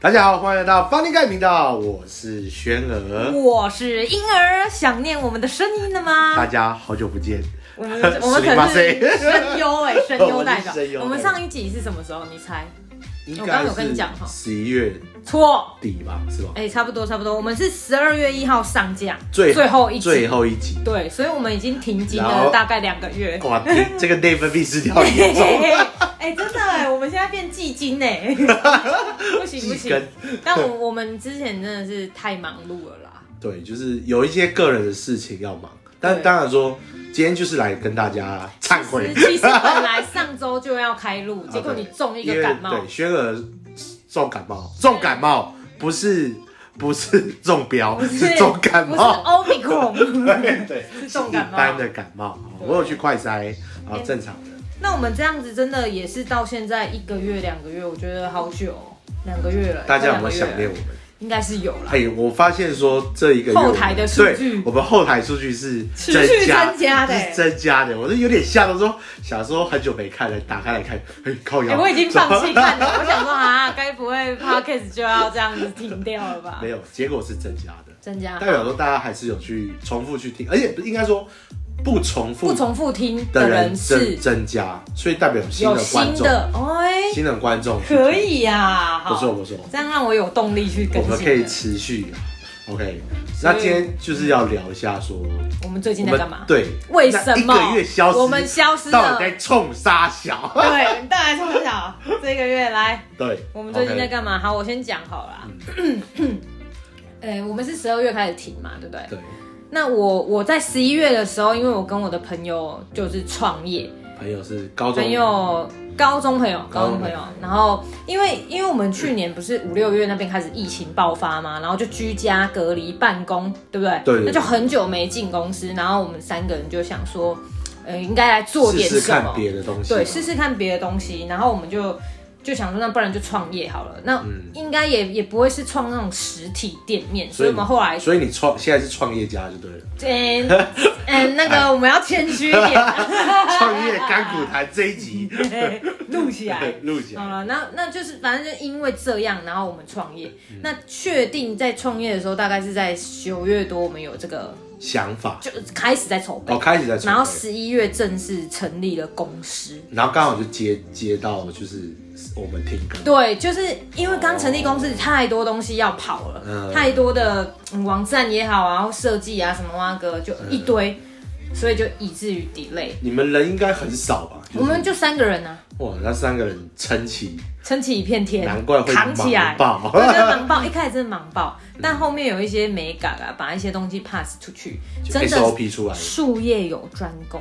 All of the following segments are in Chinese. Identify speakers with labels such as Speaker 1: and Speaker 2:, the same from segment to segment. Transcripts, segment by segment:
Speaker 1: 大家好，欢迎来到方天盖频道，我是轩儿。
Speaker 2: 我是婴儿，想念我们的声音了
Speaker 1: 大
Speaker 2: 吗？
Speaker 1: 家好久不见，
Speaker 2: 我们我们
Speaker 1: すみ
Speaker 2: 可是
Speaker 1: ません
Speaker 2: 声优 哎，声优代
Speaker 1: 我是声优代表
Speaker 2: 表。我们上一集是什么时候？你猜？
Speaker 1: 应
Speaker 2: 我刚
Speaker 1: 该
Speaker 2: 刚有跟
Speaker 1: 是
Speaker 2: 你讲哈
Speaker 1: 十一月
Speaker 2: 错，
Speaker 1: 底吧，是吧？
Speaker 2: 哎，差不多差不多。我们是十二月一号上架，
Speaker 1: 最
Speaker 2: 最后一集
Speaker 1: 最后一集，
Speaker 2: 对，所以我们已经停经
Speaker 1: 然后哦
Speaker 2: 了大概两个月。
Speaker 1: 哇，这这个内分泌失调
Speaker 2: 嘿
Speaker 1: 严
Speaker 2: 嘿
Speaker 1: 重，
Speaker 2: 嘿哎，真的哎，我们现在变季 经哎，不行不
Speaker 1: 一
Speaker 2: 行
Speaker 1: 根。。
Speaker 2: 但我我们之前真的是太忙碌了啦。
Speaker 1: 对，就是有一些个人的事情要忙，但
Speaker 2: 对
Speaker 1: 当然说今天就是来跟大家忏悔，
Speaker 2: 其实其实本来上周就要开 录，结果你中一
Speaker 1: 啊因
Speaker 2: 个
Speaker 1: 为
Speaker 2: 感冒。
Speaker 1: 对，轩儿重感冒，重感冒不是不是中标，
Speaker 2: 不
Speaker 1: 是 重感冒。
Speaker 2: 不是 Omicron。
Speaker 1: 对对，
Speaker 2: 是重感冒
Speaker 1: 一般的感冒。哦我有去快筛，啊，
Speaker 2: 嗯
Speaker 1: 正常的。
Speaker 2: 那我们这样子真的也是到现在一个月、两个月，我觉得好久哦，两个月了。
Speaker 1: 大家有没有
Speaker 2: 快两
Speaker 1: 想
Speaker 2: 个
Speaker 1: 念
Speaker 2: 月了？
Speaker 1: 我们？
Speaker 2: 应该是有啦，
Speaker 1: 哎，我发现说这一个月
Speaker 2: 后台的数据
Speaker 1: 对我们后台数据是
Speaker 2: 持续增加的哎
Speaker 1: 是增加的。我都有点吓到，说想说很久没看了，打开来看，哎，靠
Speaker 2: 哎
Speaker 1: 腰，
Speaker 2: 我已经放弃 看了。我想说啊，该不会 podcast 就要这样子停掉了吧
Speaker 1: 没？有，结果是增加的，
Speaker 2: 增加
Speaker 1: 代表说大家还是有去重复去听，而且应该说不重复
Speaker 2: 不重复听
Speaker 1: 的
Speaker 2: 的
Speaker 1: 人
Speaker 2: 人
Speaker 1: 增
Speaker 2: 是
Speaker 1: 增加，所以代表有新
Speaker 2: 有
Speaker 1: 的观
Speaker 2: 新
Speaker 1: 众，
Speaker 2: 的，哎，
Speaker 1: 新的观众去听
Speaker 2: 可，以呀，
Speaker 1: 不错
Speaker 2: 好，
Speaker 1: 不错，
Speaker 2: 这样让我有动力去更
Speaker 1: 我们可以
Speaker 2: 新了。
Speaker 1: 持续。OK，
Speaker 2: 所以
Speaker 1: 那今天就是要聊一下说我
Speaker 2: 我们最近在
Speaker 1: 们
Speaker 2: 干嘛？
Speaker 1: 对，
Speaker 2: 为什么
Speaker 1: 那一个月消失？
Speaker 2: 我们消失了
Speaker 1: 到底在冲杀小？
Speaker 2: 对，大家从小这个月来。
Speaker 1: 对，
Speaker 2: 我们最近在
Speaker 1: OK，嗯
Speaker 2: 干嘛好，我先讲好了。 哎、我们是十二月开始停嘛，对不对？
Speaker 1: 对，
Speaker 2: 那我我在十一月的时候，因为我跟我的朋友就是创业，
Speaker 1: 朋友是高中
Speaker 2: 朋友高中朋友
Speaker 1: 高
Speaker 2: 高
Speaker 1: 中
Speaker 2: 中
Speaker 1: 朋
Speaker 2: 朋
Speaker 1: 友
Speaker 2: 友，然后因为因为我们去年不是五六月那边开始疫情爆发嘛，然后就居家隔离办公，对不对？
Speaker 1: 对对对
Speaker 2: 那就很久没进公司，然后我们三个人就想说，呃，应该来做
Speaker 1: 试
Speaker 2: 点什么。
Speaker 1: 试看别的东西，
Speaker 2: 对，试试看别的东西，然后我们就就想说，那不然就创业好了。那
Speaker 1: 嗯
Speaker 2: 应该也也不会是创那种实体店面，所以
Speaker 1: 你
Speaker 2: 我们后来，
Speaker 1: 所以你创现在是创业家就对 了，
Speaker 2: 嗯嗯，那个我们要谦虚一点，
Speaker 1: 创业甘苦谈这一集
Speaker 2: 对录起来。
Speaker 1: 录起
Speaker 2: 好
Speaker 1: 来，
Speaker 2: 了，那那就是反正就因为这样，然后我们创业。
Speaker 1: 嗯
Speaker 2: 那确定在创业的时候，大概是在九月多，我们有这个
Speaker 1: 想法
Speaker 2: 就开始在筹备
Speaker 1: 哦，，开始在筹备，
Speaker 2: 然后十一月正式成立了公司。
Speaker 1: 然后刚好就接接到就是我们听歌，
Speaker 2: 对，就是因为刚成立公司，太多东西要跑了，
Speaker 1: 嗯
Speaker 2: 太多的嗯网站也好啊，或设计啊什么啊哥，就一堆，
Speaker 1: 嗯
Speaker 2: 所以就以至于 delay。
Speaker 1: 你们人应该很少吧？就是
Speaker 2: 我们就三个人啊，
Speaker 1: 哇，那三个人撑起，
Speaker 2: 撑起一片天，
Speaker 1: 难怪会
Speaker 2: 扛起来
Speaker 1: 忙， 爆嗯
Speaker 2: 对，真的忙爆。一开始真的忙爆，但后面有一些美感啊，把一些东西 pass 出去，真的
Speaker 1: SOP 出来，
Speaker 2: 术业有专攻。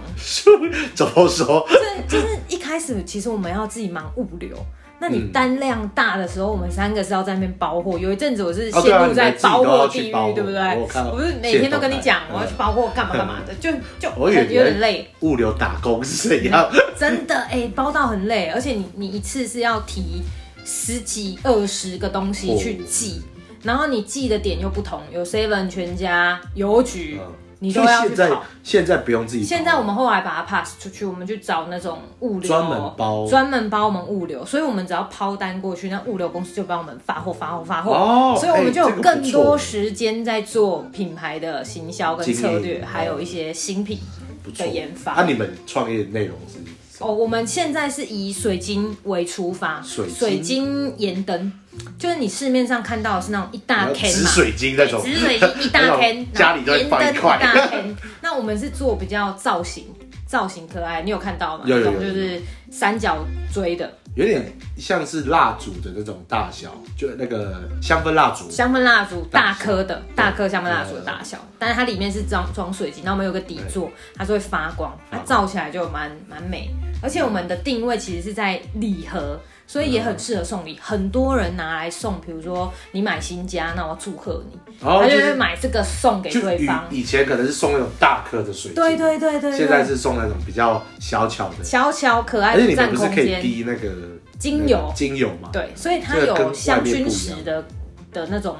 Speaker 1: 怎么说？
Speaker 2: 对，就是一开始其实我们要自己忙物流。那你
Speaker 1: 嗯
Speaker 2: 单量大的时候，我们三个是要在那边包货。有一阵子我是
Speaker 1: 哦对啊
Speaker 2: 陷入在
Speaker 1: 你们自己都
Speaker 2: 包
Speaker 1: 要
Speaker 2: 货
Speaker 1: 去
Speaker 2: 地狱，
Speaker 1: 包货
Speaker 2: 对不对
Speaker 1: 我看到？
Speaker 2: 我不是每天都跟你讲
Speaker 1: 线动态
Speaker 2: 我要去包货干嘛干嘛的，就就
Speaker 1: 我以
Speaker 2: 很
Speaker 1: 为
Speaker 2: 有点累，
Speaker 1: 物流打工是怎样？
Speaker 2: 真的哎、包到很累，而且你你一次是要提十几二十个东西
Speaker 1: 哦
Speaker 2: 去寄，然后你寄的点又不同，有 seven 全家、邮局，
Speaker 1: 嗯
Speaker 2: 你都
Speaker 1: 所
Speaker 2: 要
Speaker 1: 以现
Speaker 2: 去
Speaker 1: 在
Speaker 2: 跑。
Speaker 1: 现在不用自己跑，
Speaker 2: 现在我们后来把它 pass 出去，我们去找那种物流
Speaker 1: 专门包
Speaker 2: 专门包我们物流，所以我们只要抛单过去，那物流公司就帮我们发货、发货、发货。
Speaker 1: 哦
Speaker 2: 所以我们就
Speaker 1: 哎这
Speaker 2: 有
Speaker 1: 个不
Speaker 2: 更
Speaker 1: 错
Speaker 2: 多时间在做品牌的行销跟策
Speaker 1: 经
Speaker 2: 略，
Speaker 1: 营
Speaker 2: 还有一些新品
Speaker 1: 不错
Speaker 2: 的研发。
Speaker 1: 啊，你们创业内容是什么？
Speaker 2: 哦，我们现在是以水晶为出发，
Speaker 1: 水晶
Speaker 2: 晶盐灯，就是你市面上看到的是那种一大
Speaker 1: 你要
Speaker 2: 坑
Speaker 1: 紫
Speaker 2: 啊嘛，
Speaker 1: 水晶那种，
Speaker 2: 紫水晶一大
Speaker 1: 那
Speaker 2: 坑
Speaker 1: 种，家里都会放一块
Speaker 2: 然后盐灯一大坑。那我们是做比较造型，造型可爱，你有看到吗？
Speaker 1: 有有
Speaker 2: 那
Speaker 1: 有
Speaker 2: 种就是三角锥的
Speaker 1: 有点像是蜡烛的那种大小，就那个香氛蜡烛，
Speaker 2: 香氛蜡烛，
Speaker 1: 大
Speaker 2: 大
Speaker 1: 小
Speaker 2: 颗的大颗香氛蜡烛的
Speaker 1: 对
Speaker 2: 大小，但是它里面是装装水晶，然后我们有个底座，它是会发光，它照起来就蛮蛮美。而且我们的定位其实是在礼盒，所以也很适合送礼，很多人拿来送，比如说你买新家，那我祝贺你，
Speaker 1: 然后
Speaker 2: 他
Speaker 1: 哦就
Speaker 2: 就会
Speaker 1: 是
Speaker 2: 买这个送给
Speaker 1: 就
Speaker 2: 对
Speaker 1: 以
Speaker 2: 方。
Speaker 1: 以前可能是送那种大颗的水晶，
Speaker 2: 对对对对对，
Speaker 1: 现在是送那种比较小巧的，
Speaker 2: 小巧可爱
Speaker 1: 而且
Speaker 2: 不
Speaker 1: 你们
Speaker 2: 占
Speaker 1: 不是
Speaker 2: 空
Speaker 1: 可以
Speaker 2: 间，
Speaker 1: 滴那个
Speaker 2: 精油
Speaker 1: 精油嘛？
Speaker 2: 对，所以它
Speaker 1: 这个跟
Speaker 2: 有香
Speaker 1: 外面
Speaker 2: 薰
Speaker 1: 不一样
Speaker 2: 石的的那种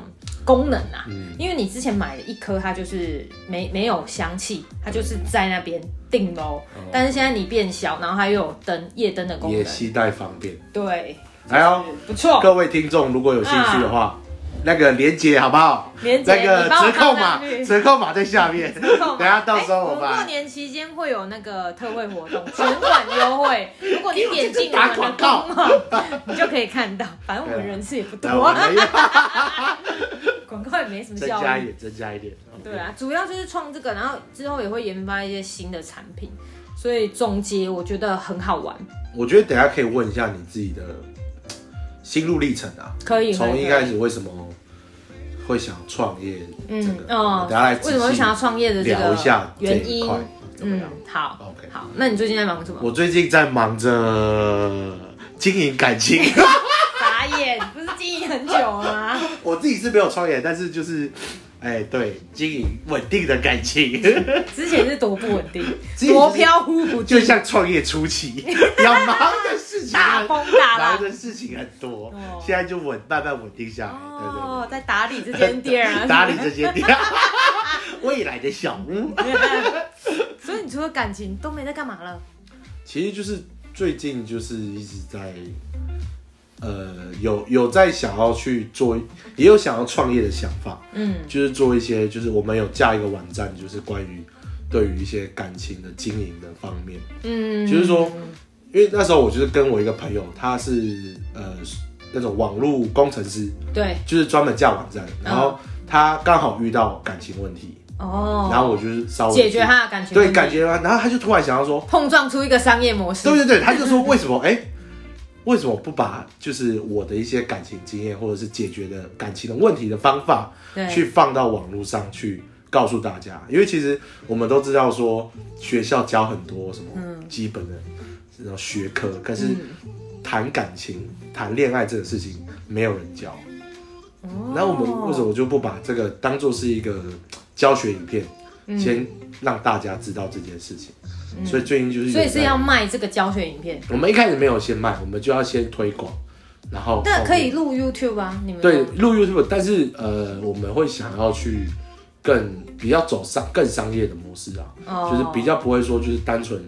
Speaker 2: 功能啊。
Speaker 1: 嗯
Speaker 2: 因为你之前买的一颗，它就是没没有香气，它就是在那边定喽。但是现在你变小，然后它又有灯夜灯的功
Speaker 1: 哦也
Speaker 2: 能，
Speaker 1: 携带方便。
Speaker 2: 对，
Speaker 1: 哎呦，
Speaker 2: 不错，
Speaker 1: 各位听众如果有兴趣的话，那个连接好不好？
Speaker 2: 啊连
Speaker 1: 那
Speaker 2: 姐，
Speaker 1: 个
Speaker 2: 你帮
Speaker 1: 折
Speaker 2: 我
Speaker 1: 扣
Speaker 2: 放上
Speaker 1: 码，
Speaker 2: 去。
Speaker 1: 折扣码在下 面。
Speaker 2: 扣码
Speaker 1: 等一下到时候
Speaker 2: 哎我
Speaker 1: 我
Speaker 2: 们过
Speaker 1: 把
Speaker 2: 年期间会有那个特惠活动，全馆优惠。如果你点进我
Speaker 1: 打
Speaker 2: 们
Speaker 1: 广
Speaker 2: 的
Speaker 1: 告
Speaker 2: 官网，你就可以看到。反正我们人次也不
Speaker 1: 来我
Speaker 2: 多，啊
Speaker 1: 们来
Speaker 2: 广告也没什么
Speaker 1: 增
Speaker 2: 效
Speaker 1: 加一
Speaker 2: 益。
Speaker 1: 点，增加一点。
Speaker 2: 对啊，主要就是创这个，然后之后也会研发一些新的产品。所以总结，我觉得很好玩，
Speaker 1: 我觉得等一下可以问一下你自己的心路历程啊，
Speaker 2: 可以。
Speaker 1: 从
Speaker 2: 可以
Speaker 1: 一开始为什么会想创业这
Speaker 2: 嗯
Speaker 1: 个，
Speaker 2: 哦
Speaker 1: 等一下来，
Speaker 2: 为什么会想要创业的这
Speaker 1: 聊一
Speaker 2: 个
Speaker 1: 下这
Speaker 2: 原
Speaker 1: 一
Speaker 2: 因
Speaker 1: 块？怎么
Speaker 2: 嗯
Speaker 1: 样？，
Speaker 2: 好
Speaker 1: OK
Speaker 2: 好，那你最近在忙什 么？
Speaker 1: 我最近在忙着经营感情，
Speaker 2: 眨眼，不是经营很久吗？
Speaker 1: 我自己是没有创业，但是就是。哎，对，经营稳定的感情，
Speaker 2: 之前是多不稳定
Speaker 1: 之前就，是
Speaker 2: 多飘忽不定，
Speaker 1: 就像创业初 期，要忙的事情
Speaker 2: 大
Speaker 1: 很，
Speaker 2: 风大
Speaker 1: 忙
Speaker 2: 浪。
Speaker 1: 的事情很多
Speaker 2: 哦，
Speaker 1: 现在就稳，慢慢稳定下来，对对对。
Speaker 2: 哦，在打理这间店啊，
Speaker 1: 打理这些店，未来的小屋，
Speaker 2: 所以你除了感情都没在干嘛了？
Speaker 1: 其实就是最近就是一直在，呃，有有在想要去做，也有想要创业的想法，
Speaker 2: 嗯，
Speaker 1: 就是做一些，就是我们有架一个网站，就是关于对于一些感情的经营的方面，
Speaker 2: 嗯，
Speaker 1: 就是说，因为那时候我就是跟我一个朋友，他是呃那种网络工程师，
Speaker 2: 对，
Speaker 1: 就是专门架网站，然后他刚好遇到感情问题，然
Speaker 2: 嗯哦，
Speaker 1: 后我就是稍微
Speaker 2: 解决他的感情问
Speaker 1: 对，
Speaker 2: 题，
Speaker 1: 感觉啊，然后他就突然想到说，
Speaker 2: 碰撞出一个商业模式
Speaker 1: 对，对对，他就 说为什么哎、为什么不把就是我的一些感情经验或者是解决的感情的问题的方法，
Speaker 2: 对，
Speaker 1: 去放到网络上去告诉大家？因为其实我们都知道说学校教很多什
Speaker 2: 嗯
Speaker 1: 么基本的这种学科，可是谈感情、谈恋爱这个事情没有人教。
Speaker 2: 哦
Speaker 1: 那我们为什么就不把这个当做是一个教学影片，
Speaker 2: 嗯
Speaker 1: 先让大家知道这件事情？所以最近就是有
Speaker 2: 所以是
Speaker 1: 在
Speaker 2: 要卖这个教学影片，
Speaker 1: 我们一开始没有先卖，我们就要先推广，然后
Speaker 2: 那可以录 YouTube 啊，你们
Speaker 1: 对录 YouTube，但是呃，我们会想要去更比较走商更商业的模式啊，
Speaker 2: 哦
Speaker 1: 就是比较不会说就是单纯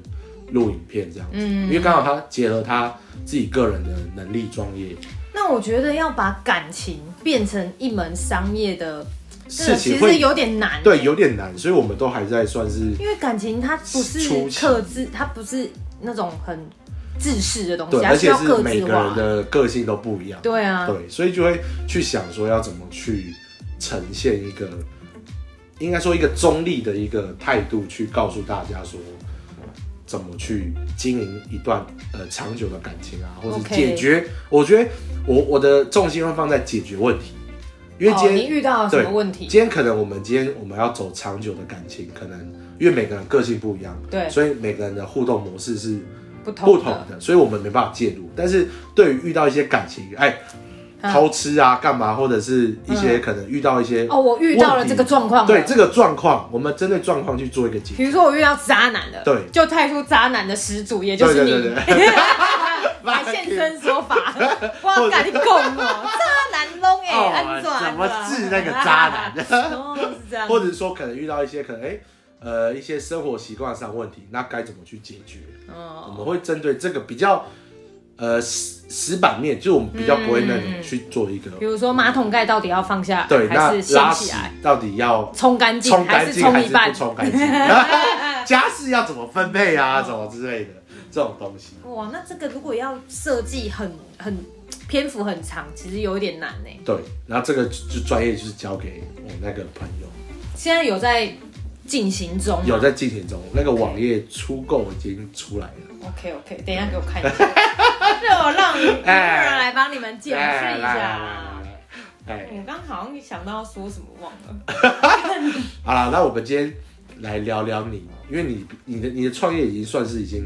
Speaker 1: 录影片这样子，
Speaker 2: 嗯
Speaker 1: 因为刚好他结合他自己个人的能力专业
Speaker 2: 那我觉得要把感情变成一门商业的这
Speaker 1: 事
Speaker 2: 个啊其
Speaker 1: 情
Speaker 2: 实
Speaker 1: 会
Speaker 2: 有点难，
Speaker 1: 对有点难，所以我们都还在算是
Speaker 2: 因为感情它不
Speaker 1: 初
Speaker 2: 是
Speaker 1: 期
Speaker 2: 克制，它不是那种很自式的东西，
Speaker 1: 对，
Speaker 2: 它
Speaker 1: 而
Speaker 2: 需
Speaker 1: 且
Speaker 2: 要
Speaker 1: 是
Speaker 2: 克
Speaker 1: 每
Speaker 2: 制
Speaker 1: 个人
Speaker 2: 化。
Speaker 1: 的个性都不一样，
Speaker 2: 对啊，
Speaker 1: 对，所以就会去想说要怎么去呈现一个，应该说一个中立的一个态度，去告诉大家说怎么去经营一段呃长久的感情啊，或是
Speaker 2: OK
Speaker 1: 解决。我觉得我我的重心会放在解决问题，因为今
Speaker 2: 哦、你
Speaker 1: 天、
Speaker 2: 遇到了什
Speaker 1: 对
Speaker 2: 么问题？
Speaker 1: 今天可能我们今天我们要走长久的感情，可能因为每个人个性不一样，
Speaker 2: 对，
Speaker 1: 所以每个人的互动模式是不
Speaker 2: 不同
Speaker 1: 同
Speaker 2: 的，
Speaker 1: 的，所以我们没办法介入。但是对于遇到一些感情，哎，
Speaker 2: 嗯
Speaker 1: 偷吃啊，干嘛，或者是一些可能遇到一些
Speaker 2: 哦，我遇到了这个状况了，
Speaker 1: 对这个状况，我们针对状况去做一个解决。
Speaker 2: 比如说我遇到渣男了，
Speaker 1: 对
Speaker 2: 就派出渣男的始祖，也就
Speaker 1: 对
Speaker 2: 是
Speaker 1: 对
Speaker 2: 你，
Speaker 1: 对对，
Speaker 2: 来现身说法，哇，赶紧供我，哦渣男拢哎，
Speaker 1: 哦
Speaker 2: 安啊怎
Speaker 1: 怎么治那个 渣男？
Speaker 2: 哦，是这 样，
Speaker 1: 或者是说可能遇到一些可能哎呃一些生活习惯上问题，那该怎么去解决？我
Speaker 2: 哦，
Speaker 1: 们会针对这个比较呃死死板面，就是我们比较不会那种去做一个
Speaker 2: 嗯比如说马桶盖到底要放下，
Speaker 1: 对那
Speaker 2: 还是啊掀
Speaker 1: 拉
Speaker 2: 起
Speaker 1: 屎
Speaker 2: 来？
Speaker 1: 到底要
Speaker 2: 冲干净
Speaker 1: 冲
Speaker 2: 还
Speaker 1: 干
Speaker 2: 是
Speaker 1: 净
Speaker 2: 冲
Speaker 1: 还
Speaker 2: 一
Speaker 1: 是
Speaker 2: 半
Speaker 1: 不？冲干净？家事要怎么分配啊，什么之类的这种东西。
Speaker 2: 哇，那这个如果要设计很很篇幅很长，其实有一点难欸呢。
Speaker 1: 对，然后这个就专业就是交给我那个朋友，
Speaker 2: 现在有在进行中吗？
Speaker 1: 有在进行中，那个网页出购已经出来了。
Speaker 2: OK OK，等一下给我看一下， 这我让你一个人来帮你们解释一下。
Speaker 1: 哎，
Speaker 2: 我刚好像想到说什么忘了。
Speaker 1: 好了，那我们今天来聊聊你，因为你你的你的创业已经算是已经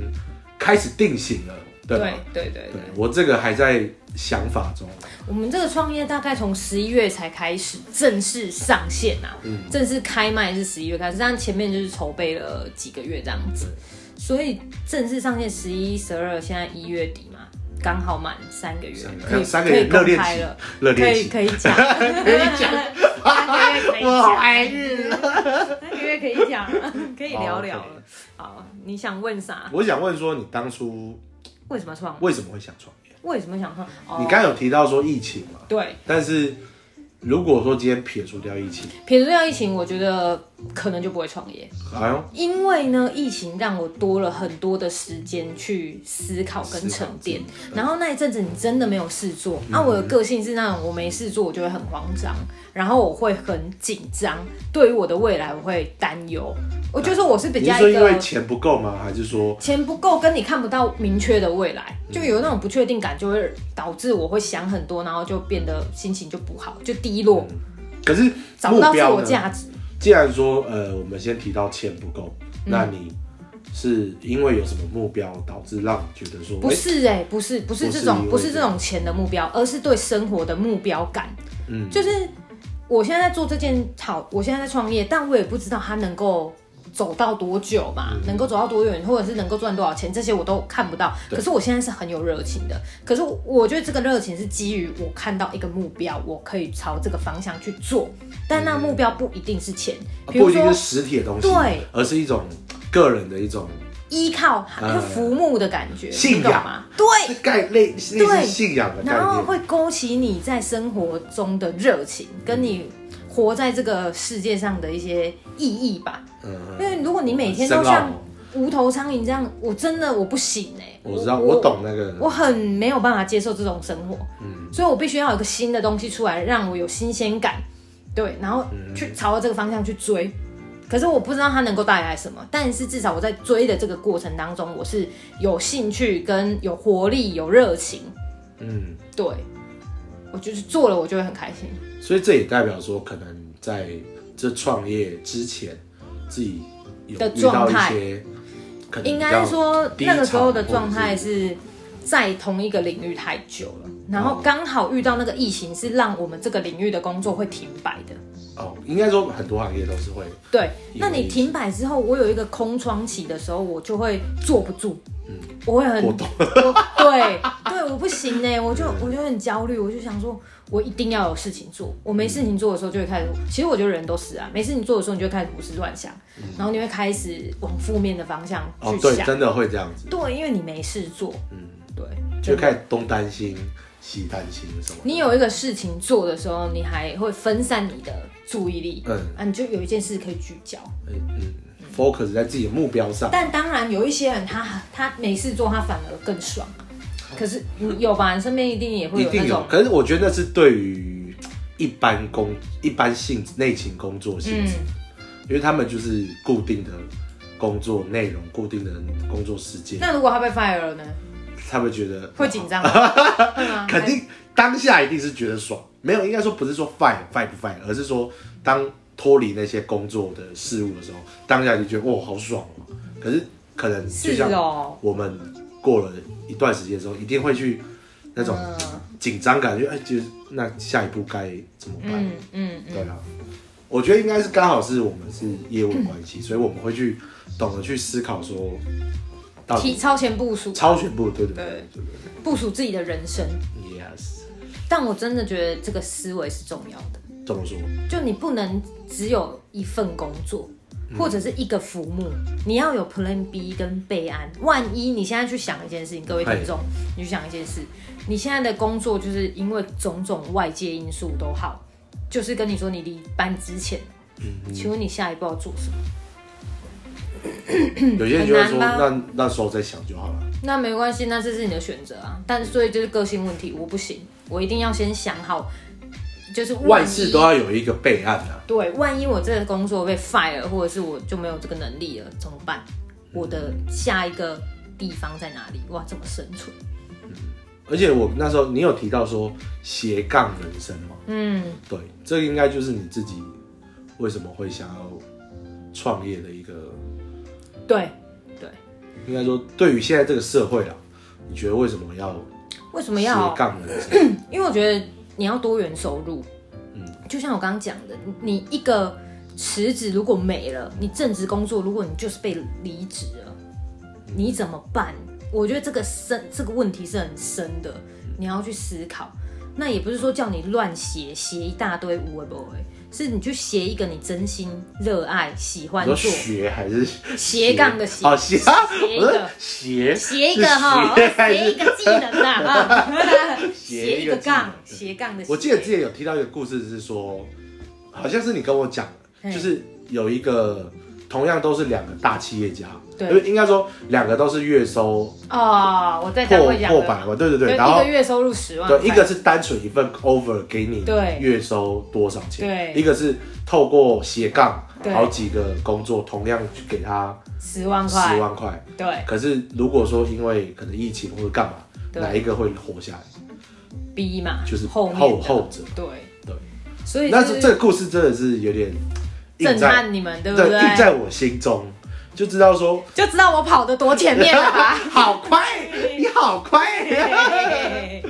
Speaker 1: 开始定型了，对吧？
Speaker 2: 对对对
Speaker 1: 对
Speaker 2: 对，
Speaker 1: 我这个还在想法中，
Speaker 2: 我们这个创业大概从十一月才开始正式上线啊，
Speaker 1: 嗯
Speaker 2: 正式开卖是十一月开始，但前面就是筹备了几个月这样子，所以正式上线十一、十二，现在一月底嘛，刚好满三个月
Speaker 1: 三，个
Speaker 2: 可以
Speaker 1: 三个月
Speaker 2: 可以公
Speaker 1: 热恋
Speaker 2: 开
Speaker 1: 期
Speaker 2: 了，
Speaker 1: 热
Speaker 2: 可
Speaker 1: 恋
Speaker 2: 以
Speaker 1: 期，
Speaker 2: 可以讲，
Speaker 1: 可以 讲，
Speaker 2: 三个月可以
Speaker 1: 我
Speaker 2: 讲，
Speaker 1: 怀孕了。
Speaker 2: 三个月可以讲，啊可以聊聊
Speaker 1: 好
Speaker 2: 了。好，你想问啥？
Speaker 1: 我想问说，你当初
Speaker 2: 为什么创？
Speaker 1: 为什么会想创业？
Speaker 2: 为什么想喝？哦，
Speaker 1: 你刚刚有提到说疫情嘛，
Speaker 2: 对，
Speaker 1: 但是如果说今天撇除掉疫情，
Speaker 2: 撇除掉疫情，我觉得可能就不会创业，
Speaker 1: 哎呦，
Speaker 2: 因为呢，疫情让我多了很多的时间去思考跟沉淀。然后那一阵子你真的没有事做，
Speaker 1: 嗯
Speaker 2: 啊，我的个性是那种我没事做我就会很慌张，然后我会很紧张，对于我的未来我会担忧。我就说我是比
Speaker 1: 你是
Speaker 2: 较
Speaker 1: 说
Speaker 2: 一
Speaker 1: 因为
Speaker 2: 个
Speaker 1: 钱不够吗？还是说
Speaker 2: 钱不够，跟你看不到明确的未来，就有那种不确定感，就会导致我会想很多，然后就变得心情就不好，就低落，
Speaker 1: 可是
Speaker 2: 找
Speaker 1: 嗯
Speaker 2: 不
Speaker 1: 目
Speaker 2: 到自
Speaker 1: 标
Speaker 2: 我
Speaker 1: 呢？
Speaker 2: 价值。
Speaker 1: 既然说呃，我们先提到钱不够，
Speaker 2: 嗯
Speaker 1: 那你是因为有什么目标导致让你觉得说，
Speaker 2: 不
Speaker 1: 诶
Speaker 2: 是哎、不是不是
Speaker 1: 不是
Speaker 2: 这种
Speaker 1: 因为
Speaker 2: 不是
Speaker 1: 这
Speaker 2: 这种钱的目标，而是对生活的目标感。
Speaker 1: 嗯
Speaker 2: 就是我现在在做这件好，我现在在创业，但我也不知道它能够走到多久嘛，
Speaker 1: 嗯
Speaker 2: 能够走到多远，或者是能够赚多少钱，这些我都看不到。可是我现在是很有热情的，可是我我觉得这个热情是基于我看到一个目标，我可以朝这个方向去做，但那目标不一定是钱，比
Speaker 1: 嗯啊不
Speaker 2: 如
Speaker 1: 一定
Speaker 2: 说
Speaker 1: 是实体的东西，
Speaker 2: 对，
Speaker 1: 而是一种个人的一种
Speaker 2: 依靠，
Speaker 1: 呃
Speaker 2: 就浮木的感觉，
Speaker 1: 信
Speaker 2: 你懂
Speaker 1: 仰
Speaker 2: 吗？对。
Speaker 1: 概类类似
Speaker 2: 对
Speaker 1: 信仰的概
Speaker 2: 然后
Speaker 1: 念。
Speaker 2: 会勾起你在生活中的热情，跟你活在这个世界上的一些意义吧。
Speaker 1: 嗯，
Speaker 2: 因为如果你每天
Speaker 1: 深
Speaker 2: 都
Speaker 1: 奥
Speaker 2: 像
Speaker 1: 哦
Speaker 2: 无头苍蝇这样，我真的我不行哎、
Speaker 1: 我知道，我懂嗯那个。
Speaker 2: 我很没有办法接受这种生活，所以我必须要有一个新的东西出来，让我有新鲜感，对，然后
Speaker 1: 嗯
Speaker 2: 去朝着这个方向去追。可是我不知道它能够带来什么，但是至少我在追的这个过程当中，我是有兴趣、跟有活力、有热情，
Speaker 1: 嗯，
Speaker 2: 对，我就是做了，我就会很开心。
Speaker 1: 所以这也代表说，可能在这创业之前，自己有
Speaker 2: 的
Speaker 1: 遇到
Speaker 2: 状
Speaker 1: 一
Speaker 2: 态
Speaker 1: 些，可能比
Speaker 2: 应
Speaker 1: 较
Speaker 2: 该说
Speaker 1: 低
Speaker 2: 那个时候的
Speaker 1: 潮
Speaker 2: 状
Speaker 1: 或
Speaker 2: 态
Speaker 1: 者是嗯
Speaker 2: 是在同一个领域太久了，然后刚好遇到那个疫情，是让我们这个领域的工作会停摆的。
Speaker 1: 哦，应该说很多行业都是会
Speaker 2: 对，
Speaker 1: 因为
Speaker 2: 那你停摆之后，我有一个空窗期的时候，我就会坐不住，
Speaker 1: 嗯
Speaker 2: 我会很
Speaker 1: 波动。
Speaker 2: 我对对，我不行呢，我就我就很焦虑，我就想说，我一定要有事情做。我没事情做的时候就会开始，其实我觉得人都是啊，没事情做的时候你就会开始胡思乱想，然后你会开始往负面的方向
Speaker 1: 哦
Speaker 2: 去，
Speaker 1: 对，
Speaker 2: 想。
Speaker 1: 真的会这样子，
Speaker 2: 对，因为你没事做，嗯，对，
Speaker 1: 就开始东担心西担心什么的。
Speaker 2: 你有一个事情做的时候，你还会分散你的注意力，
Speaker 1: 嗯
Speaker 2: 啊，你就有一件事可以聚焦。
Speaker 1: 嗯，focus 在自己的目标上。
Speaker 2: 但当然有一些人他，他没事做，他反而更爽。可是你有吧？你身边一定也会
Speaker 1: 一
Speaker 2: 有
Speaker 1: 定
Speaker 2: 那
Speaker 1: 有
Speaker 2: 种，，
Speaker 1: 可是我觉得那是对于一般工、一般性内勤工作性
Speaker 2: 嗯
Speaker 1: 质，因为他们就是固定的工作内容、固定的工作时间，
Speaker 2: 那如果他被 fire 了呢？
Speaker 1: 他们觉得
Speaker 2: 会紧 张吗？嗯会吗？
Speaker 1: 肯定当下一定是觉得爽，没有应该说不是说 fine fine 不 fine，而是说当脱离那些工作的事物的时候，当下就觉得哦好爽哦。可是可能就是像
Speaker 2: 哦，
Speaker 1: 我们过了一段时间之后，一定会去那种
Speaker 2: 嗯
Speaker 1: 紧张感，就哎，就是那下一步该怎么办？
Speaker 2: 嗯嗯
Speaker 1: 对啊，我觉得应该是刚好是我们是业务关系，所以我们会去懂得去思考说，到
Speaker 2: 嗯，提
Speaker 1: 底
Speaker 2: 超前部署，
Speaker 1: 超选部对不
Speaker 2: 对
Speaker 1: 对？对不
Speaker 2: 部署自己的人生。
Speaker 1: 对？Yes，
Speaker 2: 但我真的觉得这个思维是重要的，
Speaker 1: 怎么说？
Speaker 2: 就你不能只有一份工作。
Speaker 1: 嗯
Speaker 2: 或者是一个浮木，你要有 Plan B 跟备案。万一你现在去想一件事情，各位听众，你去想一件事，你现在的工作就是因为种种外界因素都好，就是跟你说你离班之前，
Speaker 1: 嗯
Speaker 2: 请问你下一步要做什么？
Speaker 1: 有些人就会
Speaker 2: 很
Speaker 1: 说，
Speaker 2: 难吧
Speaker 1: 那那时候再想就好了。
Speaker 2: 那没关系，那这是你的选择啊。但所以就是个性问题，我不行，我一定要先想好，就是万一
Speaker 1: 万事都要有一个备案啊。
Speaker 2: 对，万一我这个工作被 fire，或者是我就没有这个能力了，怎么办？我的下一个地方在哪里？哇，怎么生存？
Speaker 1: 而且我那时候你有提到说斜杠人生吗？
Speaker 2: 嗯，
Speaker 1: 对，这应该就是你自己为什么会想要创业的一个，
Speaker 2: 对对，
Speaker 1: 应该说对于现在这个社会啊，你觉得为什么要
Speaker 2: 为什么
Speaker 1: 斜
Speaker 2: 要？
Speaker 1: 杠人生？
Speaker 2: 因为我觉得你要多元收入。
Speaker 1: 嗯
Speaker 2: 就像我刚刚讲的，你你一个辞职如果没了，你正职工作如果你就是被离职了，
Speaker 1: 嗯
Speaker 2: 你怎么办？我觉得这个深这个问题是很深
Speaker 1: 嗯
Speaker 2: 的，你要去思考。那也不是说叫你乱写写一大堆无为不为，是你去写一个你真心热爱、喜
Speaker 1: 你
Speaker 2: 欢
Speaker 1: 说
Speaker 2: 做
Speaker 1: 学还是
Speaker 2: 斜杠的斜
Speaker 1: 哦斜，
Speaker 2: 斜一
Speaker 1: 我说
Speaker 2: 个
Speaker 1: 斜
Speaker 2: 斜一个哈，
Speaker 1: 是斜还
Speaker 2: 斜一
Speaker 1: 是
Speaker 2: 个技能的啊，
Speaker 1: 斜
Speaker 2: 斜
Speaker 1: 一
Speaker 2: 一
Speaker 1: 个
Speaker 2: 个
Speaker 1: 技能嗯
Speaker 2: 杠，斜杠的斜。
Speaker 1: 我记得之前有提到一个故事，是说，好像是你跟我讲的，
Speaker 2: 嗯
Speaker 1: 就是有一个同样都是两个大企业家，
Speaker 2: 对
Speaker 1: 因为应该说两个都是月收
Speaker 2: 哦，我在单
Speaker 1: 破
Speaker 2: 位讲
Speaker 1: 破
Speaker 2: 的，
Speaker 1: 百万，对对
Speaker 2: 就
Speaker 1: 对，然
Speaker 2: 一
Speaker 1: 后
Speaker 2: 个月收入十万块，
Speaker 1: 对一个是单纯一份 over 给你
Speaker 2: 对
Speaker 1: 月收多少钱，
Speaker 2: 对
Speaker 1: 一个是透过斜杠
Speaker 2: 对
Speaker 1: 好几个工作同样去给他
Speaker 2: 十万
Speaker 1: 十
Speaker 2: 块，
Speaker 1: 万块，
Speaker 2: 对，
Speaker 1: 可是如果说因为可能疫情或者干嘛，
Speaker 2: 对
Speaker 1: 哪一个会活下来？
Speaker 2: 逼嘛，
Speaker 1: 就是
Speaker 2: 后面
Speaker 1: 后
Speaker 2: 的
Speaker 1: 后者，
Speaker 2: 对
Speaker 1: 对，
Speaker 2: 所以
Speaker 1: 但
Speaker 2: 就是
Speaker 1: 这个故事真的是有点印
Speaker 2: 震
Speaker 1: 在
Speaker 2: 撼你们，对不
Speaker 1: 对，印在我心中，就知道说
Speaker 2: 就知道我跑得多前面了吧？
Speaker 1: 好快，你好快，没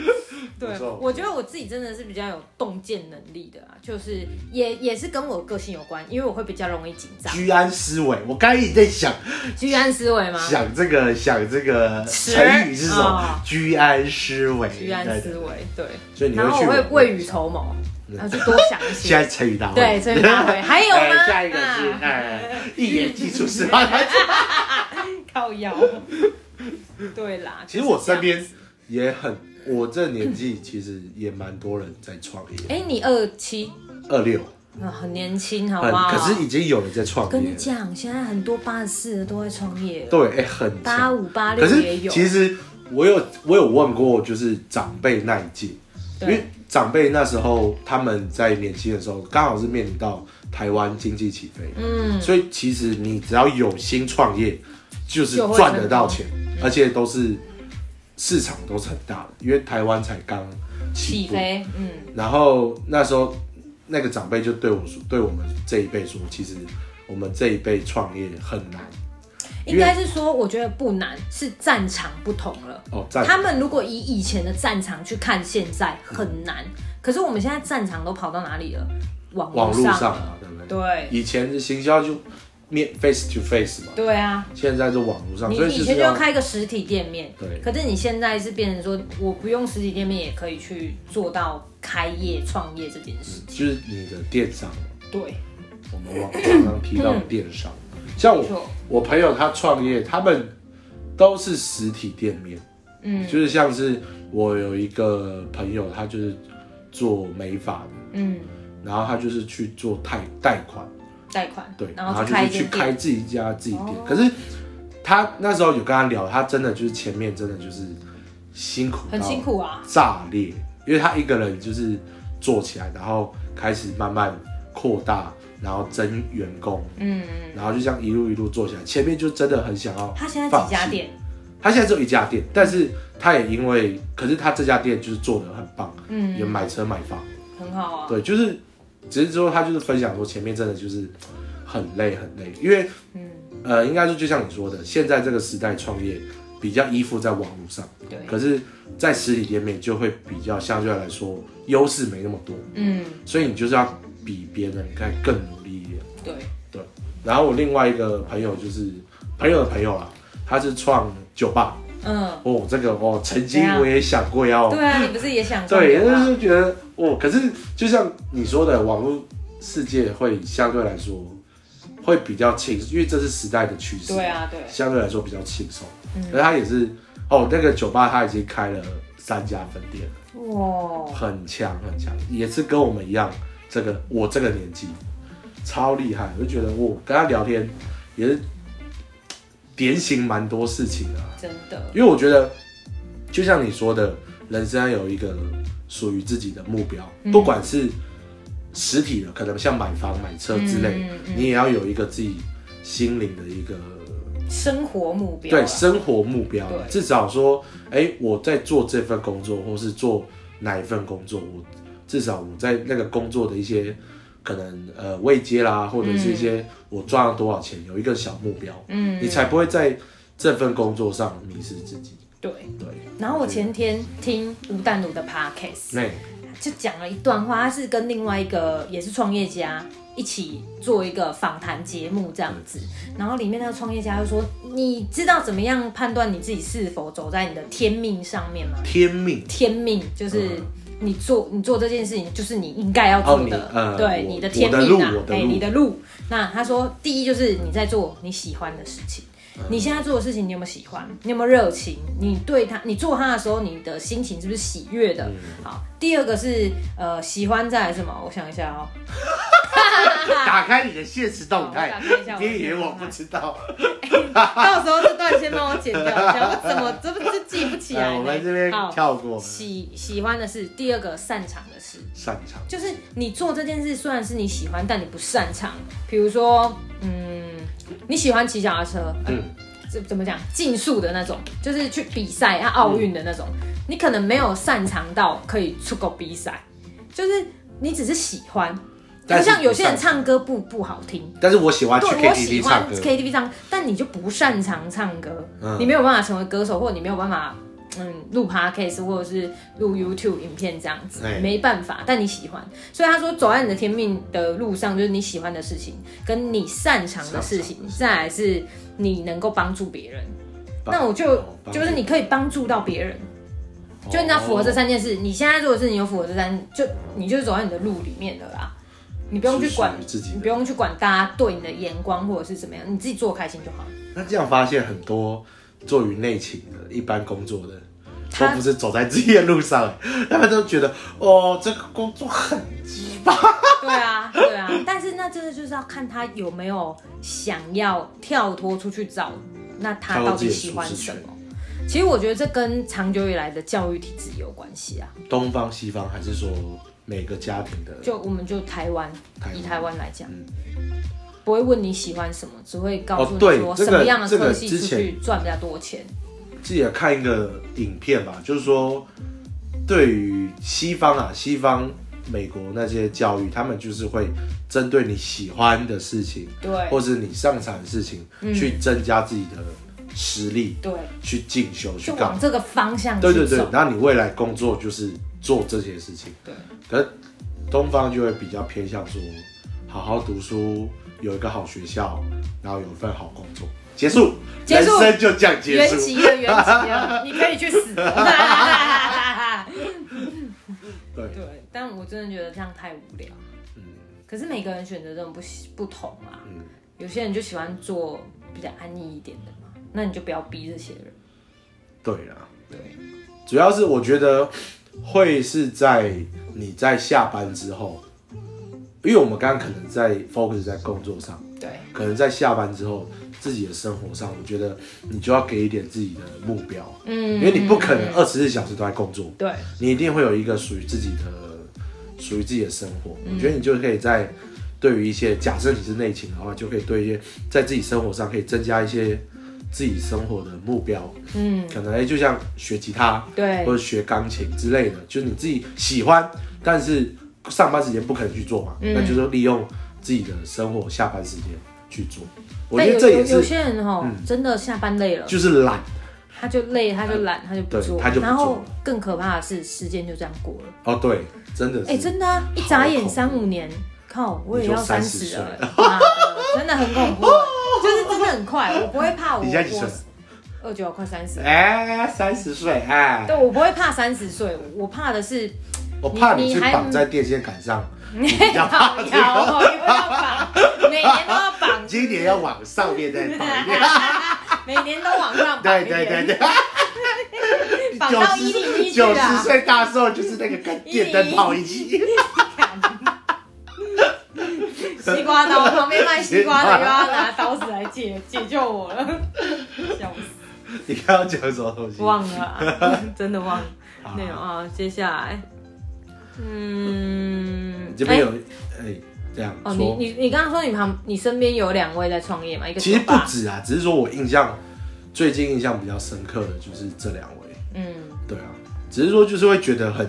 Speaker 2: 对
Speaker 1: 错，
Speaker 2: 我觉得我自己真的是比较有洞见能力的啊，就是也也是跟我个性有关，因为我会比较容易紧张，
Speaker 1: 居安思危。我刚才一直在想
Speaker 2: 居安思危吗？
Speaker 1: 想这个想这个
Speaker 2: 是
Speaker 1: 成语是什么
Speaker 2: 哦，
Speaker 1: 居安思危，
Speaker 2: 居安
Speaker 1: 对
Speaker 2: 思
Speaker 1: 对
Speaker 2: 危，对。
Speaker 1: 所以你
Speaker 2: 然后
Speaker 1: 去
Speaker 2: 我会
Speaker 1: 我
Speaker 2: 未雨绸缪，然后去多想一
Speaker 1: 现在
Speaker 2: 些。
Speaker 1: 成语大会，
Speaker 2: 对，所以大会还 有
Speaker 1: 哎
Speaker 2: 吗？
Speaker 1: 下一个是
Speaker 2: 啊
Speaker 1: 哎， 一言既出十八般。
Speaker 2: 靠腰。对啦，
Speaker 1: 其实我
Speaker 2: 就是这
Speaker 1: 身
Speaker 2: 样
Speaker 1: 边也很，我这年纪其实也蛮多人在创业，
Speaker 2: 哎，你二七，
Speaker 1: 二六，
Speaker 2: 啊很年轻，好
Speaker 1: 很
Speaker 2: 不好？
Speaker 1: 可是已经有人在创
Speaker 2: 跟
Speaker 1: 业
Speaker 2: 你
Speaker 1: 了，
Speaker 2: 讲，现在很多八十四的都在创业了，
Speaker 1: 对，哎，很
Speaker 2: 八
Speaker 1: 强。
Speaker 2: 五八
Speaker 1: 可
Speaker 2: 六也
Speaker 1: 是
Speaker 2: 有。
Speaker 1: 其实我有我有问过，就是长辈那一届，因
Speaker 2: 对
Speaker 1: 为长辈那时候他们在年轻的时候，刚好是面临到台湾经济起飞，
Speaker 2: 嗯，
Speaker 1: 所以其实你只要有心创业，就是
Speaker 2: 就会嗯
Speaker 1: 赚得到钱，而且都是市场都是很大的，因为台湾才刚起
Speaker 2: 起
Speaker 1: 步。
Speaker 2: 飞，嗯，
Speaker 1: 然后那时候那个长辈就对我说，对我们这一辈说，其实我们这一辈创业很难因为
Speaker 2: 应该是说，我觉得不难，是战场不同了。
Speaker 1: 哦，在
Speaker 2: 他们如果以以前的战场去看现在很难，可是我们现在战场都跑到哪里了？网
Speaker 1: 网
Speaker 2: 络
Speaker 1: 络上
Speaker 2: 了。
Speaker 1: 嘛，对不对？
Speaker 2: 对
Speaker 1: 以前的行销就面 face to face 嘛，
Speaker 2: 对啊，
Speaker 1: 现在是网络上，
Speaker 2: 你
Speaker 1: 所以
Speaker 2: 以
Speaker 1: 就是
Speaker 2: 前就要
Speaker 1: 要
Speaker 2: 开一个实体店面，
Speaker 1: 对
Speaker 2: 可是你现在是变成说，我不用实体店面也可以去做到开业创业这件事。
Speaker 1: 就是你的电商，
Speaker 2: 对，
Speaker 1: 我们网网上提到的电商，像
Speaker 2: 没错
Speaker 1: 我我朋友他创业，他们都是实体店面，
Speaker 2: 嗯
Speaker 1: 就是像是我有一个朋友，他就是做美发的，
Speaker 2: 嗯，
Speaker 1: 然后他就是去做贷贷款。
Speaker 2: 贷款，
Speaker 1: 对，
Speaker 2: 然
Speaker 1: 然后
Speaker 2: 后
Speaker 1: 就是
Speaker 2: 开一
Speaker 1: 去
Speaker 2: 间
Speaker 1: 开
Speaker 2: 店，
Speaker 1: 自己家自己店
Speaker 2: 哦。
Speaker 1: 可是他那时候有跟他聊，他真的就是前面真的就是辛苦，
Speaker 2: 很辛，苦啊，
Speaker 1: 炸裂，因为他一个人就是做起来，然后开始慢慢扩大，然后增员工，
Speaker 2: 嗯，
Speaker 1: 然后就这样一路一路做起来。前面就真的很想要
Speaker 2: 他现在
Speaker 1: 放
Speaker 2: 几家
Speaker 1: 弃？
Speaker 2: 店？
Speaker 1: 他现在只有一家
Speaker 2: 嗯
Speaker 1: 店，但是他也因为，可是他这家店就是做的很棒，
Speaker 2: 嗯
Speaker 1: 也买车买房，
Speaker 2: 很好啊，
Speaker 1: 对，就是只是说他就是分享说前面真的就是很累很累，因为
Speaker 2: 嗯，
Speaker 1: 呃，应该说就像你说的，现在这个时代创业比较依附在网络上，
Speaker 2: 对，
Speaker 1: 可是，在实体店面就会比较相对来说优势没那么多，
Speaker 2: 嗯，
Speaker 1: 所以你就是要比别人该更努力一点。
Speaker 2: 对，
Speaker 1: 对，然后我另外一个朋友就是朋友的朋友啦，他是创酒吧
Speaker 2: 嗯，
Speaker 1: 哦，这个哦，曾经
Speaker 2: 对啊
Speaker 1: 我也想过要
Speaker 2: 对啊，你不是也想做
Speaker 1: 哦对，
Speaker 2: 酒
Speaker 1: 就
Speaker 2: 吧？
Speaker 1: 是觉得哦，可是就像你说的，网络世界会相对来说会比较轻，因为这是时代的趋势。
Speaker 2: 对啊，对，
Speaker 1: 相对来说比较轻松。可是他也是哦，那个酒吧他已经开了三家分店了，
Speaker 2: 哇，
Speaker 1: 很强很强，也是跟我们一样，这个我这个年纪超厉害，我就觉得我跟他聊天也是点醒蛮多事情的啊、
Speaker 2: 真的，
Speaker 1: 因为我觉得就像你说的，人生要有一个属于自己的目标，不管是实体的，可能像买房、买车之类，
Speaker 2: 嗯嗯嗯
Speaker 1: 你也要有一个自己心灵的一个
Speaker 2: 嗯生活目标啊，
Speaker 1: 对生活目标
Speaker 2: 对，
Speaker 1: 至少说，哎、我在做这份工作，或是做哪一份工作，我至少我在那个工作的一些可能呃位阶啦，或者是一些我赚了多少钱，有一个小目标，
Speaker 2: 嗯，
Speaker 1: 你才不会在这份工作上迷失自己。
Speaker 2: 对。
Speaker 1: 对，
Speaker 2: 然后我前天听吴淡如的 podcast，
Speaker 1: 那
Speaker 2: 就讲了一段话，他是跟另外一个也是创业家一起做一个访谈节目这样子，然后里面那个创业家就说：“你知道怎么样判断你自己是否走在你的天命上面吗？
Speaker 1: 天命
Speaker 2: 天命就是你做你做这件事情就是你应该要做的，
Speaker 1: 嗯哦你呃
Speaker 2: 对
Speaker 1: 我
Speaker 2: 你的天命啊
Speaker 1: 我的路我，的
Speaker 2: 哎、
Speaker 1: 路
Speaker 2: 你的路。那他说，第一就是你在做你喜欢的事情，
Speaker 1: 嗯
Speaker 2: 你现在做的事情你有没有喜欢？你有没有热情？你对他，你做他的时候，你的心情是不是喜悦
Speaker 1: 嗯
Speaker 2: 的？好，第二个是呃喜欢在什么？我想一下哦，
Speaker 1: 打开你的现实动态
Speaker 2: 啊好我 打开一下，我的
Speaker 1: 别以为我不知 道。
Speaker 2: 到时候这段先帮我剪掉一下，我怎么这不是记不起来
Speaker 1: 呃
Speaker 2: 呢？
Speaker 1: 我们这边
Speaker 2: 好
Speaker 1: 跳过
Speaker 2: 喜喜欢的是第二个擅长的事，
Speaker 1: 擅长，
Speaker 2: 就是你做这件事虽然是你喜欢，但你不擅长。比如说，嗯，你喜欢骑脚踏车，嗯
Speaker 1: 嗯，
Speaker 2: 这怎么讲？竞速的那种，就是去比赛啊，奥运的那种，
Speaker 1: 嗯
Speaker 2: 你可能没有擅长到可以出国比赛，就是你只是喜欢。
Speaker 1: 但
Speaker 2: 就是像有些人
Speaker 1: 不擅
Speaker 2: 唱歌不不好听，
Speaker 1: 但是我喜欢去
Speaker 2: 对，我喜
Speaker 1: KTV
Speaker 2: 欢
Speaker 1: 唱歌，
Speaker 2: KTV 唱歌，但你就不擅长唱歌，
Speaker 1: 嗯
Speaker 2: 你没有办法成为歌手，或者你没有办法嗯录 podcast 或者是录 YouTube 影片这样子
Speaker 1: 对，
Speaker 2: 没办法。但你喜欢，所以他说走在你的天命的路上，就是你喜欢的事情跟你擅长的事情
Speaker 1: 擅长的，事
Speaker 2: 再来是你能够帮助别人。
Speaker 1: 帮
Speaker 2: 那我就
Speaker 1: 哦帮助
Speaker 2: 就是你可以帮助到别人，就你只要符合
Speaker 1: 哦
Speaker 2: 这三件事，你现在做的事情有符合这三，就你就走在你的路里面了啦。你不
Speaker 1: 不
Speaker 2: 用去管
Speaker 1: 自己
Speaker 2: 你
Speaker 1: 的
Speaker 2: 不用去管大家对你的眼光或者是怎么样，你自己做开心就好。
Speaker 1: 那这样发现很多做于内勤的、一般工作的，
Speaker 2: 他
Speaker 1: 都不是走在自己的路上， 他们都觉得哦，这个工作很鸡巴。
Speaker 2: 对啊，对啊，但是那真的就是要看他有没有想要跳脱出去找，那他到底喜欢什么
Speaker 1: 跳脱自己的。
Speaker 2: 其实我觉得这跟长久以来的教育体制有关系啊。
Speaker 1: 东方西方还是说每个家庭的，
Speaker 2: 就我们就台湾，
Speaker 1: 台湾
Speaker 2: 以台湾来讲，
Speaker 1: 嗯
Speaker 2: 不会问你喜欢什么，只会告诉
Speaker 1: 哦
Speaker 2: 你
Speaker 1: 对
Speaker 2: 说
Speaker 1: 这
Speaker 2: 什
Speaker 1: 个
Speaker 2: 么样的
Speaker 1: 这个
Speaker 2: 科系
Speaker 1: 之
Speaker 2: 出
Speaker 1: 前
Speaker 2: 去赚比较多钱。
Speaker 1: 记得看一个影片吧，就是说对于西方啊，西方美国那些教育，他们就是会针对你喜欢的事情，
Speaker 2: 对嗯
Speaker 1: 或是你擅长的事情，去增加自己的实力，
Speaker 2: 对，
Speaker 1: 去进修，去
Speaker 2: 就
Speaker 1: 干嘛
Speaker 2: 往这个方向去
Speaker 1: 哦对对对
Speaker 2: 走，。
Speaker 1: 然后你未来工作就是做这些事情。
Speaker 2: 对，
Speaker 1: 可是东方就会比较偏向说，好好读书，有一个好学校，然后有一份好工作，结束，
Speaker 2: 结束
Speaker 1: 人生就这样结
Speaker 2: 原
Speaker 1: 束。
Speaker 2: 籍了，啊原 籍了，你可以去死。
Speaker 1: 对，
Speaker 2: 对，但我真的觉得这样太无聊。
Speaker 1: 嗯
Speaker 2: 可是每个人选择这种不喜不同啊，
Speaker 1: 嗯，
Speaker 2: 有些人就喜欢做比较安逸一点的嘛，那你就不要逼这些人。
Speaker 1: 对啦，
Speaker 2: 对，
Speaker 1: 主要是我觉得会是在你在下班之后，因为我们刚刚可能在 focus 在工作上，
Speaker 2: 对，
Speaker 1: 可能在下班之后自己的生活上，我觉得你就要给一点自己的目标，
Speaker 2: 嗯
Speaker 1: 因为你不可能二十四小时都在工作，
Speaker 2: 对，
Speaker 1: 你一定会有一个属于自己的、属于自己的生活。我觉得你就可以在对于一些假设你是内勤的话，就可以对一些在自己生活上可以增加一些自己生活的目标，
Speaker 2: 嗯，
Speaker 1: 可能哎就像学吉他
Speaker 2: 对
Speaker 1: 或，者学钢琴之类的，就是你自己喜欢，但是上班时间不可能去做嘛，
Speaker 2: 嗯
Speaker 1: 那就是利用自己的生活下班时间去做。我
Speaker 2: 嗯但
Speaker 1: 觉得
Speaker 2: 有
Speaker 1: 这
Speaker 2: 有
Speaker 1: 也
Speaker 2: 有
Speaker 1: 是嗯
Speaker 2: 些人哈，真的下班累了，
Speaker 1: 就是懒
Speaker 2: 他就累，他就懒，他就不
Speaker 1: 对
Speaker 2: 做，
Speaker 1: 他就不
Speaker 2: 然后
Speaker 1: 做
Speaker 2: 更可怕的是，时间就这样过了。
Speaker 1: 哦，对，真的是。
Speaker 2: 哎、真的、啊，一眨眼
Speaker 1: 恐怖
Speaker 2: 三五年，靠，我也
Speaker 1: 你
Speaker 2: 要
Speaker 1: 就
Speaker 2: 三
Speaker 1: 30
Speaker 2: 十
Speaker 1: 岁
Speaker 2: 了， 妈的，真的很恐怖，就是真的 很快，我不会怕我，
Speaker 1: 你现在几岁
Speaker 2: 我二九快三十，
Speaker 1: 哎，三十岁哎，
Speaker 2: 对我不会怕三十岁，我怕的 是
Speaker 1: 我怕
Speaker 2: 你
Speaker 1: 你是
Speaker 2: 你还
Speaker 1: 绑在电线杆 上，
Speaker 2: 你要
Speaker 1: 怕这个
Speaker 2: 要，因为要绑，每年都要 绑，
Speaker 1: 今年要往上面再绑一点。
Speaker 2: 每年都往 上绑
Speaker 1: 对
Speaker 2: 一
Speaker 1: 对
Speaker 2: 点，
Speaker 1: 对对，
Speaker 2: 绑
Speaker 1: 九
Speaker 2: 到一零一
Speaker 1: 十
Speaker 2: 去
Speaker 1: 九十
Speaker 2: 啊，
Speaker 1: 岁大寿就是那个跟电灯泡一起。
Speaker 2: 西瓜刀，旁边卖西瓜的又要拿刀子来解解救我了， 笑死。
Speaker 1: 你刚刚讲什么东西？
Speaker 2: 忘 了啊，真的忘了。
Speaker 1: 好
Speaker 2: 没有啊，接下来，嗯，
Speaker 1: 这边有
Speaker 2: 哎
Speaker 1: 哎这样
Speaker 2: 哦，你
Speaker 1: 说，
Speaker 2: 你你刚刚说你旁你身边有两位在创业嘛？一个
Speaker 1: 其实
Speaker 2: 酒
Speaker 1: 不
Speaker 2: 吧
Speaker 1: 止啊，只是说我印象最近印象比较深刻的就是这两位。
Speaker 2: 嗯，
Speaker 1: 对啊，只是说就是会觉得很，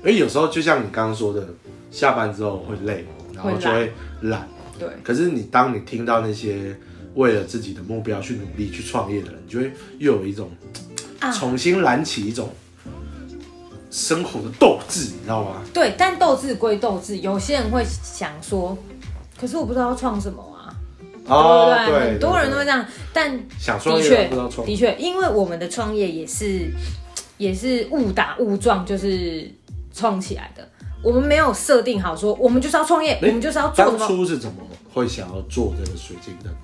Speaker 1: 因为有时候就像你刚刚说的，下班之后会累，然后就会懒。
Speaker 2: 对，
Speaker 1: 可是你当你听到那些为了自己的目标去努力去创业的人，你就会又有一种
Speaker 2: 啊
Speaker 1: 重新燃起一种生活的斗志，你知道吗？
Speaker 2: 对，但斗志归斗志，有些人会想说，可是我不知道要创什么啊，
Speaker 1: 哦
Speaker 2: 对不对？很多人都会这样，但
Speaker 1: 想创
Speaker 2: 的
Speaker 1: 业
Speaker 2: 确
Speaker 1: 不知道创，
Speaker 2: 的确，因为我们的创业也是也是误打误撞，就是创起来的。我们没有设定好说，我们就是要创业，我
Speaker 1: 哎
Speaker 2: 们就是要做
Speaker 1: 当
Speaker 2: 什么。
Speaker 1: 初是怎么会想要做这个水晶灯？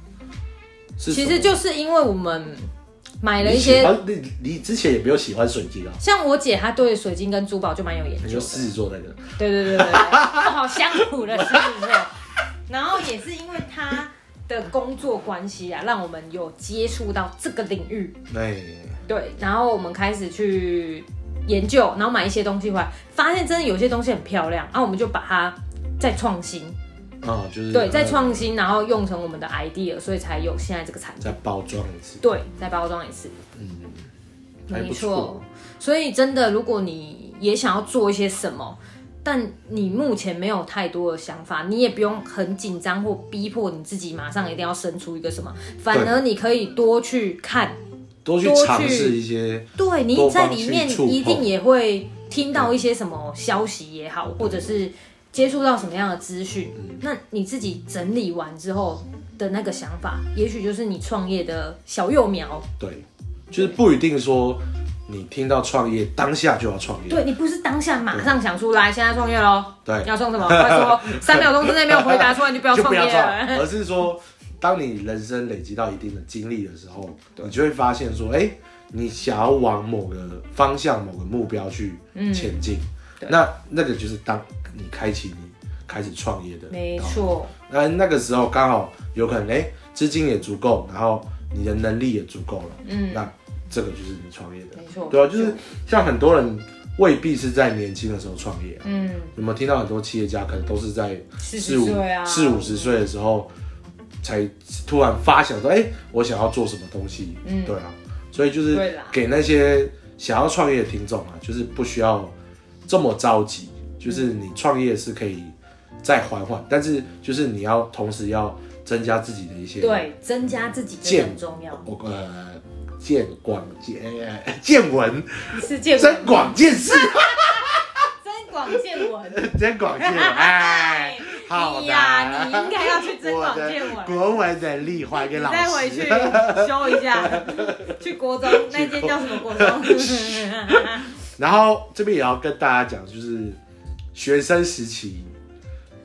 Speaker 1: 是
Speaker 2: 其
Speaker 1: 什
Speaker 2: 实
Speaker 1: 么
Speaker 2: 就是因为我们买了
Speaker 1: 你
Speaker 2: 一
Speaker 1: 喜
Speaker 2: 些，
Speaker 1: 欢你你之前也没有喜欢水晶啊，
Speaker 2: 像我姐她对水晶跟珠宝就蛮有研
Speaker 1: 你
Speaker 2: 究
Speaker 1: 就
Speaker 2: 的。
Speaker 1: 狮子座那个，
Speaker 2: 对对对对对，不好相处的狮子座。然后也是因为他的工作关系啊，让我们有接触到这个领域。
Speaker 1: 哎，
Speaker 2: 对，然后我们开始去研究，然后买一些东西回来，发现真的有些东西很漂亮，然、后我们就把它再创新，
Speaker 1: 啊、就是
Speaker 2: 对，再创新，然后用成我们的 idea，所以才有现在这个产品。
Speaker 1: 再包装一次，
Speaker 2: 对，再包装一次，
Speaker 1: 嗯，还
Speaker 2: 没
Speaker 1: 不
Speaker 2: 错
Speaker 1: 错。
Speaker 2: 所以真的，如果你也想要做一些什么，但你目前没有太多的想法，你也不用很紧张或逼迫你自己马上一定要生出一个什么，反而你可以多去看，
Speaker 1: 多去
Speaker 2: 多去
Speaker 1: 尝试一些，
Speaker 2: 对你
Speaker 1: 多
Speaker 2: 在
Speaker 1: 方
Speaker 2: 里
Speaker 1: 去
Speaker 2: 面
Speaker 1: 触碰
Speaker 2: 一定也会听到一些什么消息也好，或者是接触到什么样的资讯，
Speaker 1: 嗯
Speaker 2: 那你自己整理完之后的那个想法，也许就是你创业的小幼苗。
Speaker 1: 对，就是不一定说你听到创业当下就要创业，
Speaker 2: 对你不是当下马上想出来，现在创业喽？
Speaker 1: 对
Speaker 2: 要创什么？快说， 三秒钟之内没有回答出来，你就不要
Speaker 1: 就
Speaker 2: 创
Speaker 1: 不
Speaker 2: 业
Speaker 1: 要创，
Speaker 2: 了。
Speaker 1: 而是说，当你人生累积到一定的经历的时候，你就会发现说，哎、你想要往某个方向、某个目标去前进，
Speaker 2: 嗯对
Speaker 1: 那那个就是当你开启你开始创业的，
Speaker 2: 没。错，
Speaker 1: 那那个时候刚好有可能，哎、资金也足够，然后你的能力也足够了，
Speaker 2: 嗯，
Speaker 1: 那这个就是你创业的，
Speaker 2: 没错，
Speaker 1: 对啊，就是像很多人未必是在年轻的时候创业、啊，
Speaker 2: 嗯，
Speaker 1: 有没有听到很多企业家可能都是在
Speaker 2: 四
Speaker 1: 四
Speaker 2: 十
Speaker 1: 五
Speaker 2: 岁啊，
Speaker 1: 四五十岁的时候，才突然发想说，哎、我想要做什么东西，
Speaker 2: 嗯
Speaker 1: 对啊，所以就
Speaker 2: 对
Speaker 1: 是
Speaker 2: 啦
Speaker 1: 给那些想要创业的听众啊，就是不需要这么着急，就是你创业是可以再缓缓，但是就是你要同时要增加自己的一些
Speaker 2: 对，增加自己真的很重要，
Speaker 1: 我呃见广见呃见闻，
Speaker 2: 是见
Speaker 1: 增广见识，
Speaker 2: 增广见闻。
Speaker 1: 增广见闻，哎。 好
Speaker 2: 你哎呀，你
Speaker 1: 难
Speaker 2: 应该要 去增广 见
Speaker 1: 我的
Speaker 2: 闻。
Speaker 1: 国文能力还给
Speaker 2: 你
Speaker 1: 老师。
Speaker 2: 再回去 修一下，去国中那间叫什么国中？
Speaker 1: 然后这边也要跟大家讲，就是学生时期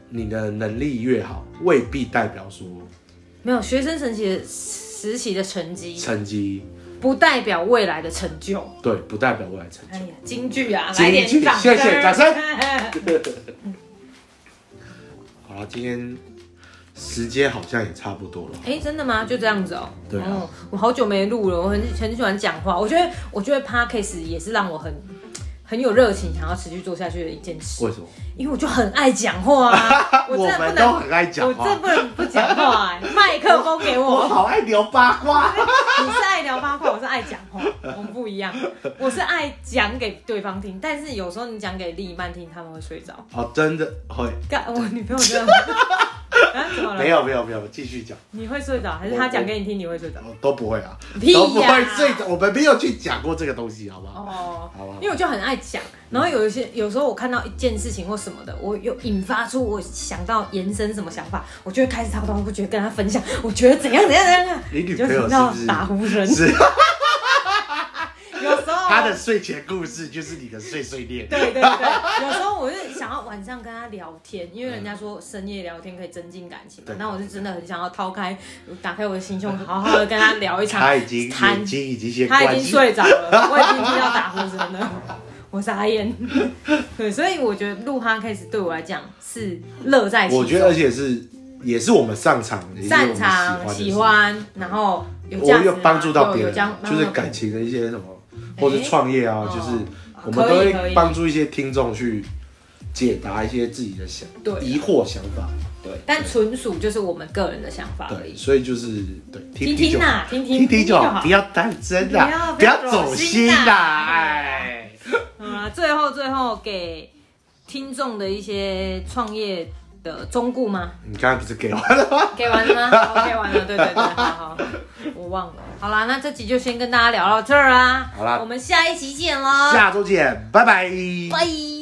Speaker 1: 你的能力越好，未必代表说
Speaker 2: 没有学生时期的时期的成绩，
Speaker 1: 成绩
Speaker 2: 不代表未来的成就。
Speaker 1: 对，不代表未来成
Speaker 2: 哎
Speaker 1: 绩。
Speaker 2: 呀，京剧啊，
Speaker 1: 京剧
Speaker 2: 来点掌声，
Speaker 1: 谢谢掌声
Speaker 2: 嗯。
Speaker 1: 好了，今天时间好像也差不多了。
Speaker 2: 哎，真的吗？就这样子哦。
Speaker 1: 嗯对啊
Speaker 2: 哦，我好久没录了，我很很喜欢讲话。我觉得，我觉得 podcast 也是让我很很有热情，想要持续做下去的一件事。
Speaker 1: 为什么？
Speaker 2: 因为我就很爱讲 话啊，我
Speaker 1: 我
Speaker 2: 真的不
Speaker 1: 们都
Speaker 2: 能，
Speaker 1: 很爱
Speaker 2: 我
Speaker 1: 讲
Speaker 2: 真的
Speaker 1: 话，
Speaker 2: 不能不讲话、 哎，麦克风给
Speaker 1: 我
Speaker 2: 我。
Speaker 1: 好爱聊八卦。
Speaker 2: 你是爱聊八卦，我是爱讲话，我们不一样。我是爱讲给对方听，但是有时候你讲给另一半听，他们会睡着。
Speaker 1: 哦，真的会？
Speaker 2: 干，我女朋友这样。 啊？怎么了？
Speaker 1: 没有没有没有，继续讲，
Speaker 2: 你会睡着，还是他讲给你听你会睡着？
Speaker 1: 我都不会啊，
Speaker 2: 屁呀
Speaker 1: 都不会睡着。我们没有去讲过这个东西，好不好？
Speaker 2: 哦
Speaker 1: 好吧，
Speaker 2: 因为我就很爱讲，然后有一些有时候我看到一件事情或什么的，我有引发出我想到延伸什么想法，我就会开始滔滔不绝跟他分享，我觉得怎样怎样怎样，
Speaker 1: 你女
Speaker 2: 就
Speaker 1: 朋友
Speaker 2: 听
Speaker 1: 是
Speaker 2: 到
Speaker 1: 不是
Speaker 2: 打呼声，
Speaker 1: 是
Speaker 2: 有时 候
Speaker 1: 她的睡前故事就是你的碎碎念。
Speaker 2: 对 对对，有时候我是想要晚上跟他聊天，因为人家说深夜聊天可以增进感情嘛
Speaker 1: 对。
Speaker 2: 那我是真的很想要掏开，打开我的心 胸，好好的跟他聊一场。
Speaker 1: 他已经
Speaker 2: 谈
Speaker 1: 眼睛已经先
Speaker 2: 他
Speaker 1: 关
Speaker 2: 已经
Speaker 1: 起
Speaker 2: 睡 着了，我已经听到打呼声了，我傻眼。对，所以我觉得录 podcast 对我来讲是乐在其中，
Speaker 1: 我觉得，而且是也是我们擅长的，也是我
Speaker 2: 擅
Speaker 1: 们
Speaker 2: 长、
Speaker 1: 喜
Speaker 2: 喜
Speaker 1: 欢
Speaker 2: 欢，然后有
Speaker 1: 的事，
Speaker 2: 价
Speaker 1: 我
Speaker 2: 值
Speaker 1: 有
Speaker 2: 嘛，
Speaker 1: 帮助到别
Speaker 2: 啊有
Speaker 1: 人啊
Speaker 2: 有帮，助
Speaker 1: 就是
Speaker 2: 到
Speaker 1: 感情的一些什么，或是
Speaker 2: 哎
Speaker 1: 创业啊
Speaker 2: 哦，
Speaker 1: 就是我们
Speaker 2: 可以
Speaker 1: 都
Speaker 2: 可
Speaker 1: 会
Speaker 2: 以
Speaker 1: 帮助一些听众去解答一些自己的想
Speaker 2: 对啊
Speaker 1: 疑惑想法，
Speaker 2: 对，但纯属就是我们个人的想法而
Speaker 1: 对，
Speaker 2: 已。
Speaker 1: 所以就是对听
Speaker 2: 听
Speaker 1: 就
Speaker 2: 听
Speaker 1: 好，
Speaker 2: 呐，听
Speaker 1: 听
Speaker 2: 听
Speaker 1: 听就
Speaker 2: 就
Speaker 1: 好，不要当真啦，
Speaker 2: 不要
Speaker 1: 不要走心
Speaker 2: 不要走
Speaker 1: 啦，
Speaker 2: 心啦
Speaker 1: 哎，
Speaker 2: 啊，最后最后给听众的一些创业的忠告吗？
Speaker 1: 你刚才不是给我了吗？
Speaker 2: 给完 了吗？好给完了，对对对，好好，我忘了。好啦，那这集就先跟大家聊到这儿啦。啊
Speaker 1: 好啦
Speaker 2: 我们下一集见喽，
Speaker 1: 下周见，拜拜。
Speaker 2: 啊拜。